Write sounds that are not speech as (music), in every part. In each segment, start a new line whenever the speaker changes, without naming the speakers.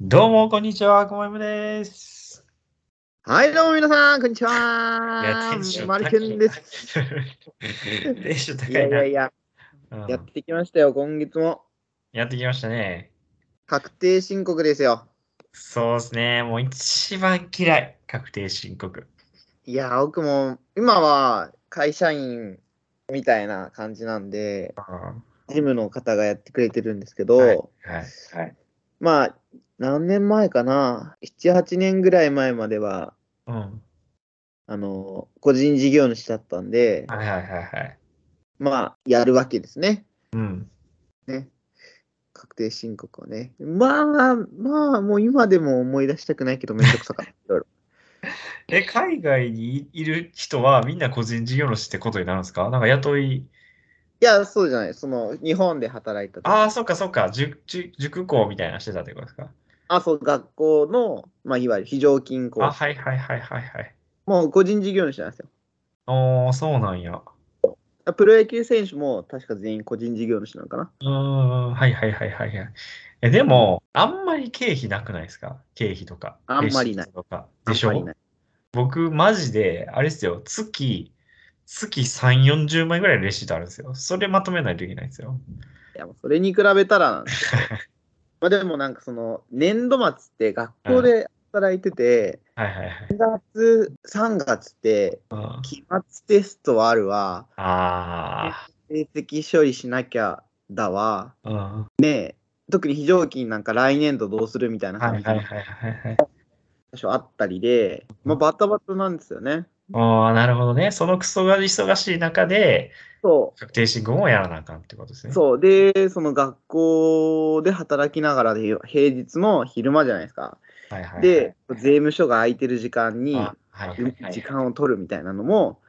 どうも、こんにちは、こまゆむです。
はい、どうも皆さん、こんにち
い
は。マルケンです。。
テンション
い
高
や
い (laughs)
い
な。
やいや、
うん
やってきましたよ、今月も。
やってきましたね。
確定申告ですよ。
そうですね。もう一番嫌い。確定申告。
いや、僕も今は会社員みたいな感じなんで、
うん
事務の方がやってくれてるんですけど、
はい。はい。
まあ、何年前かな、7、8年ぐらい前までは、
うん。
あの、個人事業主だったんで、
はいはいはいはい。
まあ、やるわけですね。
うん。
確定申告をね。まあまあ、もう今でも思い出したくないけど、めんどく
(laughs)
さかった。いろいろ
え、海外にいる人はみんな個人事業主ってことになるんですかなんか雇い。
いや、そうじゃない。その、日本で働いた時
ああ、そっかそっか。塾塾塾校みたいなのしてたってことですか
あ、そう、学校の、まあ、いわゆる非常勤校
あ、。はいはいはいはいはい。
もう個人事業主なんですよ。
おー、そうなんや。
プロ野球選手も確か全員個人事業主なのかな。
うーん、はいはいはいはいはい。え、でも、あんまり経費なくないですか経費とか。
あんまりない
レシートとか。でしょ
あんまりない
僕、マジで、あれですよ、月、月3、40枚ぐらいレシートあるんですよ。それまとめないといけないんですよ。
いや、もうそれに比べたらなんで
(laughs)
すけどまあでもなんかその、年度末って学校で働いてて、
はいはいはい。
3月って
うん、
期末テストはあるわ、
あ
成績処理しなきゃだわ、
あ、うん。は
特に非常勤なんか来年度どうするみたいない
はい
感じ
はい
の
はいはい。
箇所あったりで、まあ、バタバタなんですよね。
ああ、なるほどね。そのクソが忙しい中で、
そ
確定申告もやらなあかんってことですね。
う
う。
そうでその学校で働きながらで平日の昼間じゃないですか。
はいはいはい、
で税務署が空いてる時間に
あはいはいはい
時間を取るみたいなのも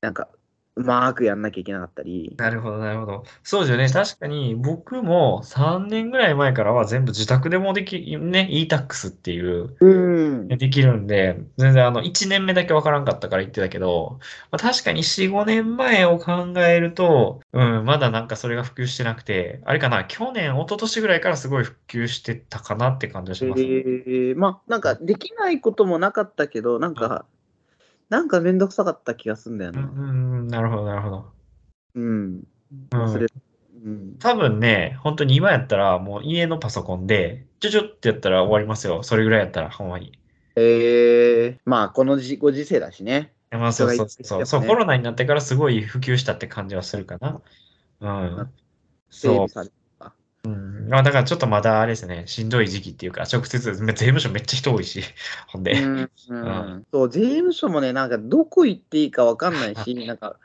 なんかうまくやんなきゃいけなかったり。
なるほど、なるほど。そうですよね。確かに僕も3年ぐらい前からは全部自宅でもでき、ね、e-tax っていう、
うん
できるんで、全然あの1年目だけわからんかったから言ってたけど、まあ、確かに4、5年前を考えると、うん、まだなんかそれが普及してなくて、あれかな、去年、一昨年ぐらいからすごい普及してたかなって感じがします。
えーまあなんかできないこともなかったけどなんか、なんかめんどくさかった気がすんだよ
う
な。
んうんうん、なるほど、なるほど。
うん。
うん
忘れうん。
多分ね、本当に今やったら、もう家のパソコンで、ちょちょってやったら終わりますよ。それぐらいやったら、ほんまに。
ええまあ、このじご時世だしね。
まあ、そ
人
う
が
そう
行ってき
そ
た
う、
よね
そう、コロナになってからすごい普及したって感じはするかな。うん。そ
整
う
備。されて
まあ、だからちょっとまだあれですね、しんどい時期っていうか、直接、め税務署めっちゃ人多いし、 (laughs) ほんで。
うんう
う
ん
ん
そう、税務署もね、なんかどこ行っていいかわかんな
(laughs)
いし、なんか、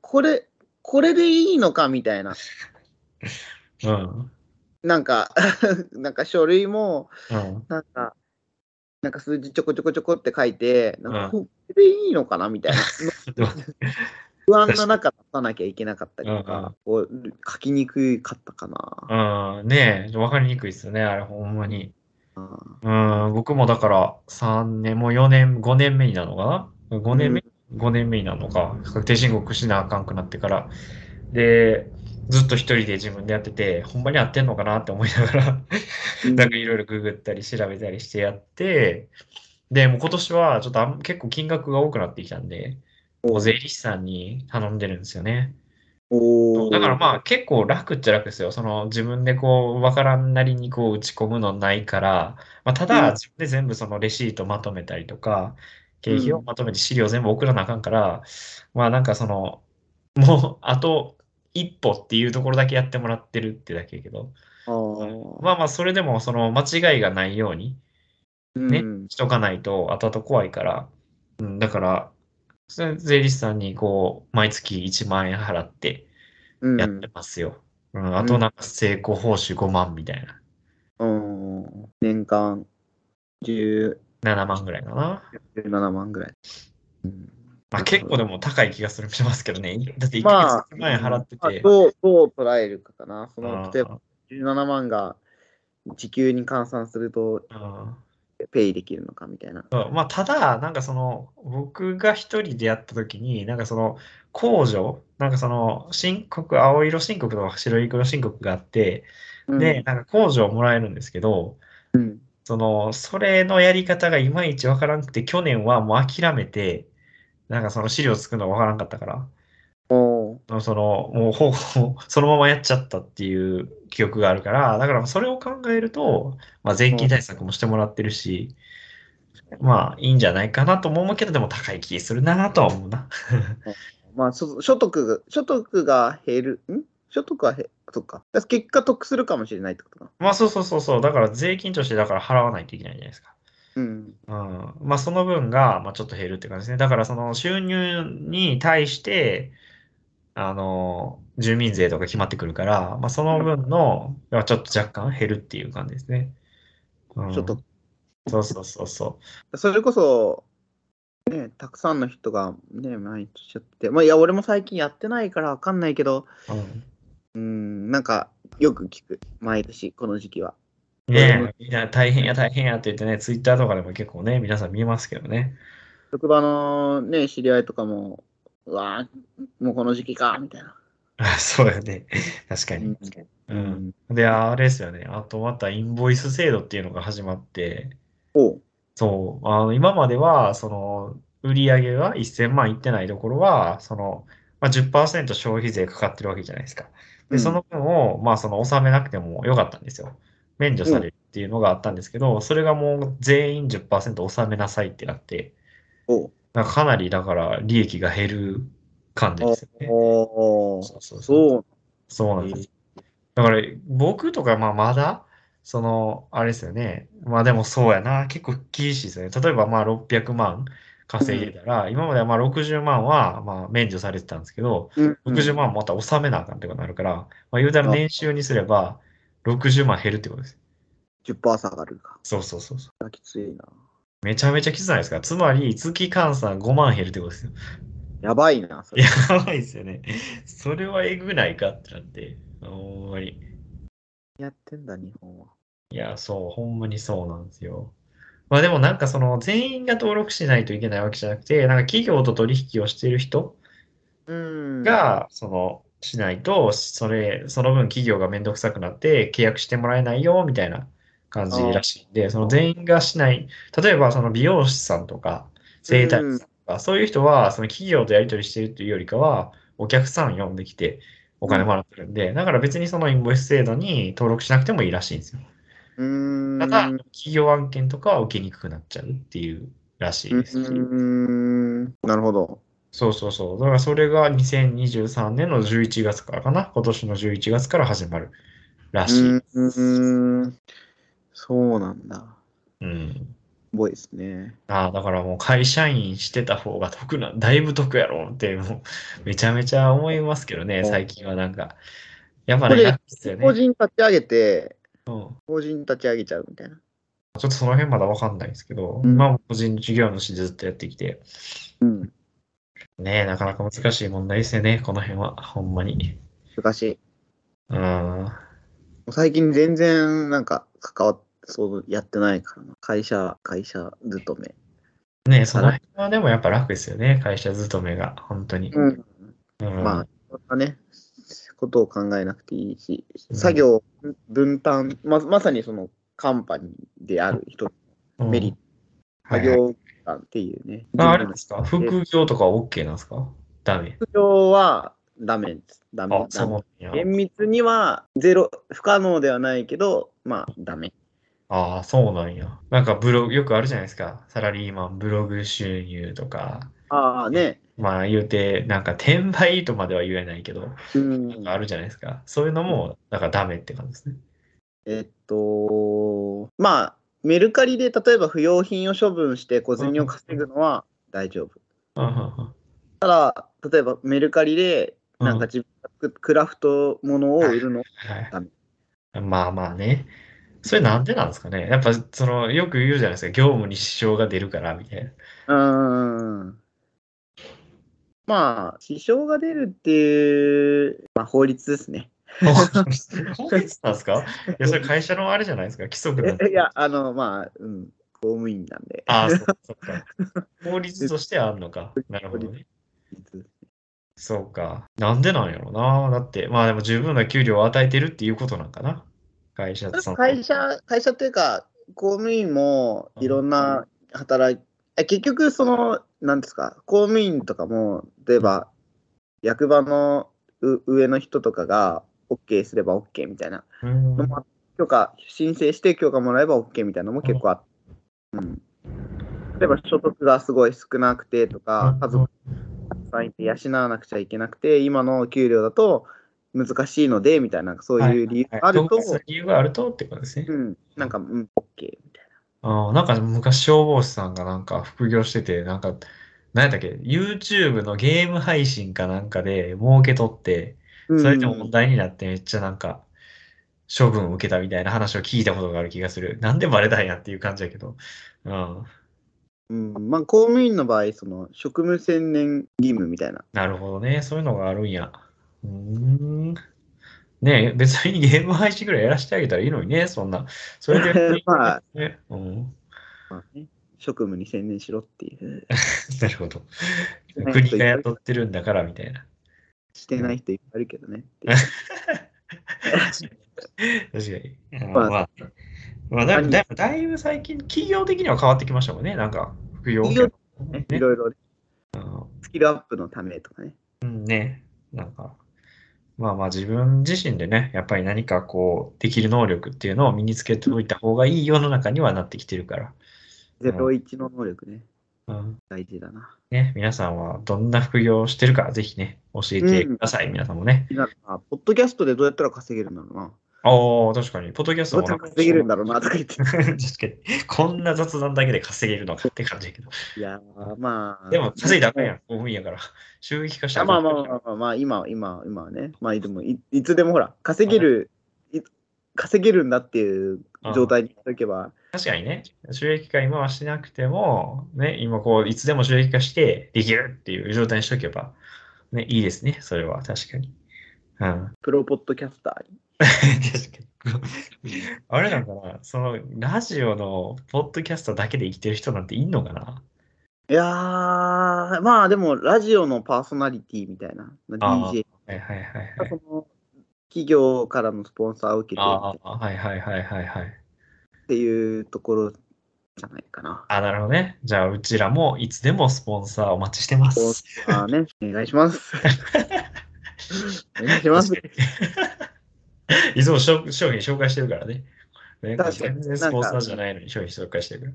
これ、これでいいのかみたいな。
うん。
なんか、 (laughs) なんか書類も、
うん。
なんか、なんか数字ちょこちょこちょこって書いて、なんかこれでいいのかなみたいな。不安な中出さなきゃいけなかったりとか、こう書きにくかったかな。
うん、ねえ、わかりにくいですよね、あれ、ほんまに。
うん
うん、僕もだから、3年、もう4年、5年目になるのかな ?5 年目、五年目になるのか、確定申告しなあかんくなってから。で、ずっと一人で自分でやってて、ほんまに合ってんのかなって思いながら。なんかいろいろググったり調べたりしてやって、で、もう今年はちょっとあん結構金額が多くなってきたんで、もう税理士さんに頼んでるんですよね。
おー
だからまあ結構楽っちゃ楽ですよ。その自分でこう分からんなりにこう打ち込むのないから、まあ、た
う
だ
ん
自分で全部そのレシートまとめたりとか、経費をまとめて資料全部送らなあかんから、まあなんかその、もうあと一歩っていうところだけやってもらってるってだけやけど、
あー
まあまあそれでもその間違いがないように、ね
うん、
しとかないと後々怖いから、うん、だから、それ税理士さんにこう、毎月1万円払って
うん
やってますよ。うん、あとなんか成功報酬5万みたい
うん、年間10
な。7万ぐらいかな。
17万ぐらい。
まあ結構でも高い気がするしますけどね。だって1
まあ
ヶ月1万円払って
まあ
て。
どうどう捉えるかかな。そ
うん
の例えば17万が時給に換算すると
うん
ペイできるのかみたいな。
そうまあ、ただ、なんかその、僕が一人でやった時に、なんかその、控除、なんかその、申告、青色申告と白色申告があって、で、なんか控除をもらえるんですけど、その、それのやり方がいまいちわからんくて、去年はもう諦めて、なんかその資料作るのがわからんかったから、
おー
その、もう方法をそのままやっちゃったっていう記憶があるから、だからそれを考えると、まあ税金対策もしてもらってるし、まあいいんじゃないかなとも思うけど、でも高い気するなとは思うな。
まあ、そ所得が、所得が減る、ん所得は減そっか。だから結果得するかもしれないってことか。
まあそうそうそうそう、だから税金としてだから払わないといけないじゃないですか。
うん。
うん、まあその分が、まあ、ちょっと減るって感じですね。だからその収入に対して、あの、住民税とか決まってくるから、まあその分の、まあちょっと若干減るっていう感じですね。うん、
所得。
そうそうそうそ
それこそ、ね、たくさんの人がね、毎日やってて、まあ、いや、俺も最近やってないからわかんないけど、
う。うん、
うん、なんか、よく聞く。毎年、この時期は。
ねえ、みんな大変や大変やって言ってね、ツイッターとかでも結構ね、皆さん見えますけどね。
職場のね、知り合いとかも、うわーもうこの時期か、みたいな。
あそうよね。確かに。う。
うんん。
で、あれですよね。あとまたインボイス制度っていうのが始まって、
おう
そう、あの今までは、その、売り上げが1000万いってないところは、その、まあ、10%消費税かかってるわけじゃないですか。
う
で、
ん
その分を、まあ、その、納めなくてもよかったんですよ。免除されるっていうのがあったんですけど、それがもう全員10%納めなさいってなって、
おう
なんかかなり、だから、利益が減る感じですよね。
おう
そうそうそう。
そう。
そうなんです。だから僕とかまあまだ、その、あれですよね。まあでもそうやな。結構厳しいですよね。例えばまあ600万稼いでたら、今まではまあ60万はまあ免除されてたんですけど、
うんうん
60万また納めなあかんってことになるから、まあ言うたら年収にすれば60万減るってことです。
10%下がるか。
そうそうそうそう。
きついな。
めちゃめちゃきつないですか。つまり月換算5万減るってことですよ。 (laughs)
やばいな、それ。
やばいですよね。それはえぐないかってなって、ほんまに。
やってんだ、日本は。
いや、そう、ほんまにそうなんですよ。まあでもなんかその全員が登録しないといけないわけじゃなくて、なんか企業と取引をしている人
うん、
が、その、しないと、それ、その分企業がめんどくさくなって契約してもらえないよ、みたいな感じらしいんで、その全員がしない、例えばその美容師さんとか、整体師さんとか、そういう人は、その企業とやり取りしてるというよりかは、お客さん呼んできてお金もらってるんで、だから別にそのインボイス制度に登録しなくてもいいらしいんですよ。
うーん、
ただ、企業案件とかは受けにくくなっちゃうっていうらしいです。
うーん、なるほど。
そうそうそう。だからそれが2023年の11月からかな。今年の11月から始まるら
う
しい。
ーん、そうなんだ。
うん。
すごいですね。
ああ、だからもう会社員してた方が得な、だいぶ得やろって、もうめちゃめちゃ思いますけどね、最近はなんか。やっぱ
こ
ね、
れ
楽ですよね。
法
ちょ
人立ち上げて、
うん
法人立ち上げちゃうみたいな。
っとその辺まだわかんないんですけど、
うん
まあ個人事業主でずっとやってきて、
うん、
ねえ、なかなか難しい問題ですよね、この辺は、ほんまに。
難しい。
うん。
もう最近全然、なんか、関わって、そう、やってないからな。会社、会社勤め。
ねその辺はでもやっぱ楽ですよね、会社勤めが、本当に。
うん。
うん
まあ、そんなね、ことを考えなくていいし、
うん
作業を分担、ままさにそのカンパニーである人、
うん
メリット、
はい
作
はい
業分担っていうね。
ああれですか副業とかは OK なんですかダメ。
副業はダメです。ダメ
あ、。そう
ダメ
なんや。
厳密にはゼロ、不可能ではないけど、まあ、ダメ。
ああ、そうなんや。なんかブログ、よくあるじゃないですか。サラリーマン、ブログ収入とか。
ああね。
まあ言うて、なんか転売とまでは言えないけど、
うん。
あるじゃないですか。そういうのも、なんかダメって感じですね。
えっと、まあ、メルカリで例えば不要品を処分して小銭を稼ぐのは大丈夫。
うんうん
例えばメルカリで
うん
なんか自分が作っクラフトものを売るの、ダ
は
メ
い。まあまあね。それなんでなんですかね。やっぱ、その、よく言うじゃないですか。業務に支障が出るから、みた (laughs) いな。
うーんまあ支障が出るっていう、まあ、法律ですね。
法律なんですかいや、それ会社のあれじゃないですか。規則なんで
え (laughs) いやあのまあ、うん、公務員なんで。
ああ、そっかそっか。法律としてあるのか。なるほどね。そうか。なんでなんやろうな。だって、まあでも十分な給料を与えてるっていうことなんかな。会社
それ
さん。
会社会社というか公務員もいろんな働い、え結局、その、なんですか、公務員とかも、例えば、役場のう上の人とかが、OK すれば OK みたいな、
うん
のも許可、申請して許可もらえば OK みたいなのも結構あって、うん、例えば所得がすごい少なくてとか、家族たくさんいて養わなくちゃいけなくて、今の給料だと難しいのでみたいな、そういう理由があると、
はいはい理由があるとってことですね。
うん、なんか、うん、OK みたい
ああ、なんか昔消防士さんがなんか副業してて、なんか、何やったっけ、YouTube のゲーム配信かなんかで儲け取って、
な。
それでも
うん
問題になってめっちゃなんか、処分を受けたみたいな話を聞いたことがある気がする。なんでバレたんやっていう感じやけど。うん。
うんまあ、公務員の場合、その職務専念義務みたいな。、
なるほどね。そういうのがあるんや。うーん。ねえ、別にゲーム配信ぐらいやらせてあげたらいいのにね、そんな。それで
(laughs) まあ
ね、うん。
職務に専念しろっていう。
(laughs) なるほど。
ね
国が雇ってるんだからみたいな。
してない人いっぱいいるけどねっていう。
確かに。うん
まあ
まあ、まあ、だいぶだいぶだいぶ最近、企業的には変わってきましたもんね、なんか、副業
企業
(laughs) ね
いろいろね、スキルアップのためとかね。
うんね、なんか、まあまあ自分自身でね、やっぱり何かこう、できる能力っていうのを身につけておいた方がいい世の中にはなってきてるから、うん
01の能力ね、
うん
大事だな。
ね、皆さんはどんな副業をしてるか、ぜひね、教えてください、皆さんもね。
なんか、ポッドキャストでどうやったら稼げるんだろうな。
ああ、確かに、ポッドキャス
どう
ト
やっ
もなん
たら
か
稼げるんだろうなとか言
(laughs)
って。
確かに、こんな雑談だけで稼げるのかって感じだけど。
いやー、まあ。
でも、稼いだらあかんやん、公務員やから。収益化した
あ
らあか
まあ
ん
まあまあまあまあ、今は、今は、今はね。まあ、でもい、いつでもほら、稼げる、い稼げるんだっていう状態にしとけば、
確かにね、収益化今はしなくても、ね、今こう、いつでも収益化してできるっていう状態にしとけば、ね、いいですね、それは確かに。うん。 (laughs)
プロポッドキャスターに。
確かに。あれなんかな、その、ラジオの、ポッドキャストだけで生きてる人なんていんのかない
やー、まあでも、ラジオのパーソナリティみたいな、
あー
DJ
はいはいはいは
が
い。
その企業からのスポンサーを受けてみたい
あ
な
あ、はいはいはいはいはい。
っていうところじゃないかな。
あ、なるほどね。じゃあ、うちらもいつでもスポンサーお待ちしてま
そう
す。
あーね、お願いし
(laughs)
ます。お願いします。
(laughs) いつも商商品紹介してるからね。ね
確か
全
に
然スポンサーじゃないのに商品紹介して
(laughs)
る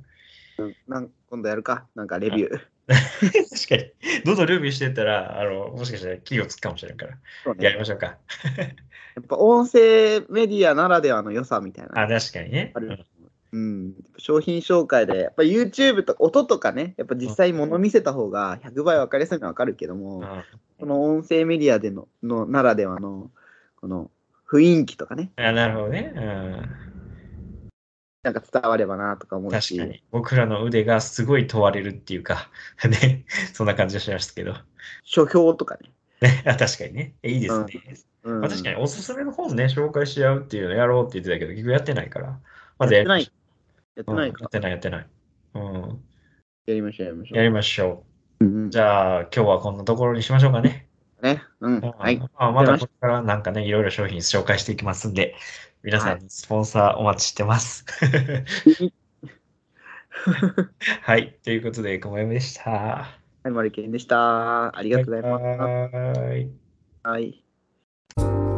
なん今度やるか、なんかレビュー。
から。確かに。どんどんルービーしてったら、あの、もしかしたら企業つくかもしれんから。
そうね、
やり
や
ましょうか。
っぱ音声メディアならではの良さみたい
あ、
な。
確かにね。
あ
う
る
ん
うん、商品紹介で、やっぱ YouTube とか音とかね、やっぱ実際物見せた方が100倍分かりやすいのは分かるけども、
あ
この音声メディアでののならではのこの雰囲気とかね、
あなるほどね。う
なんか伝わればなとか思
ん。
う
確
し、
かに。僕らの腕がすごい問われるっていうか、 (laughs) ね。そんな感じがしますけど。あ (laughs)
書評とかね。
確かにね。えいいですね。
うん
まあ、確かにおすすめの本ね、紹介し合うっていうのやろうって言ってたけど、結局やってないから。まだ
やってない
りましょ
や
う
ってない
うん
か
やってない、やってない。うん。
やりましょう、やりましょう。
やりましょ
うんうん
う。じゃあ、今日はこんなところにしましょうかね。
ね。う
う
ん。
ん
はい。
まあ、まだこれからなんかね、いろいろ商品紹介していきますんで、皆さんのスポンサーお待ちして
(laughs)
ます。はい。ということで、こまゆめでした。
はい、マルケンでした。あり
あ
がとうございます。
す。
はい。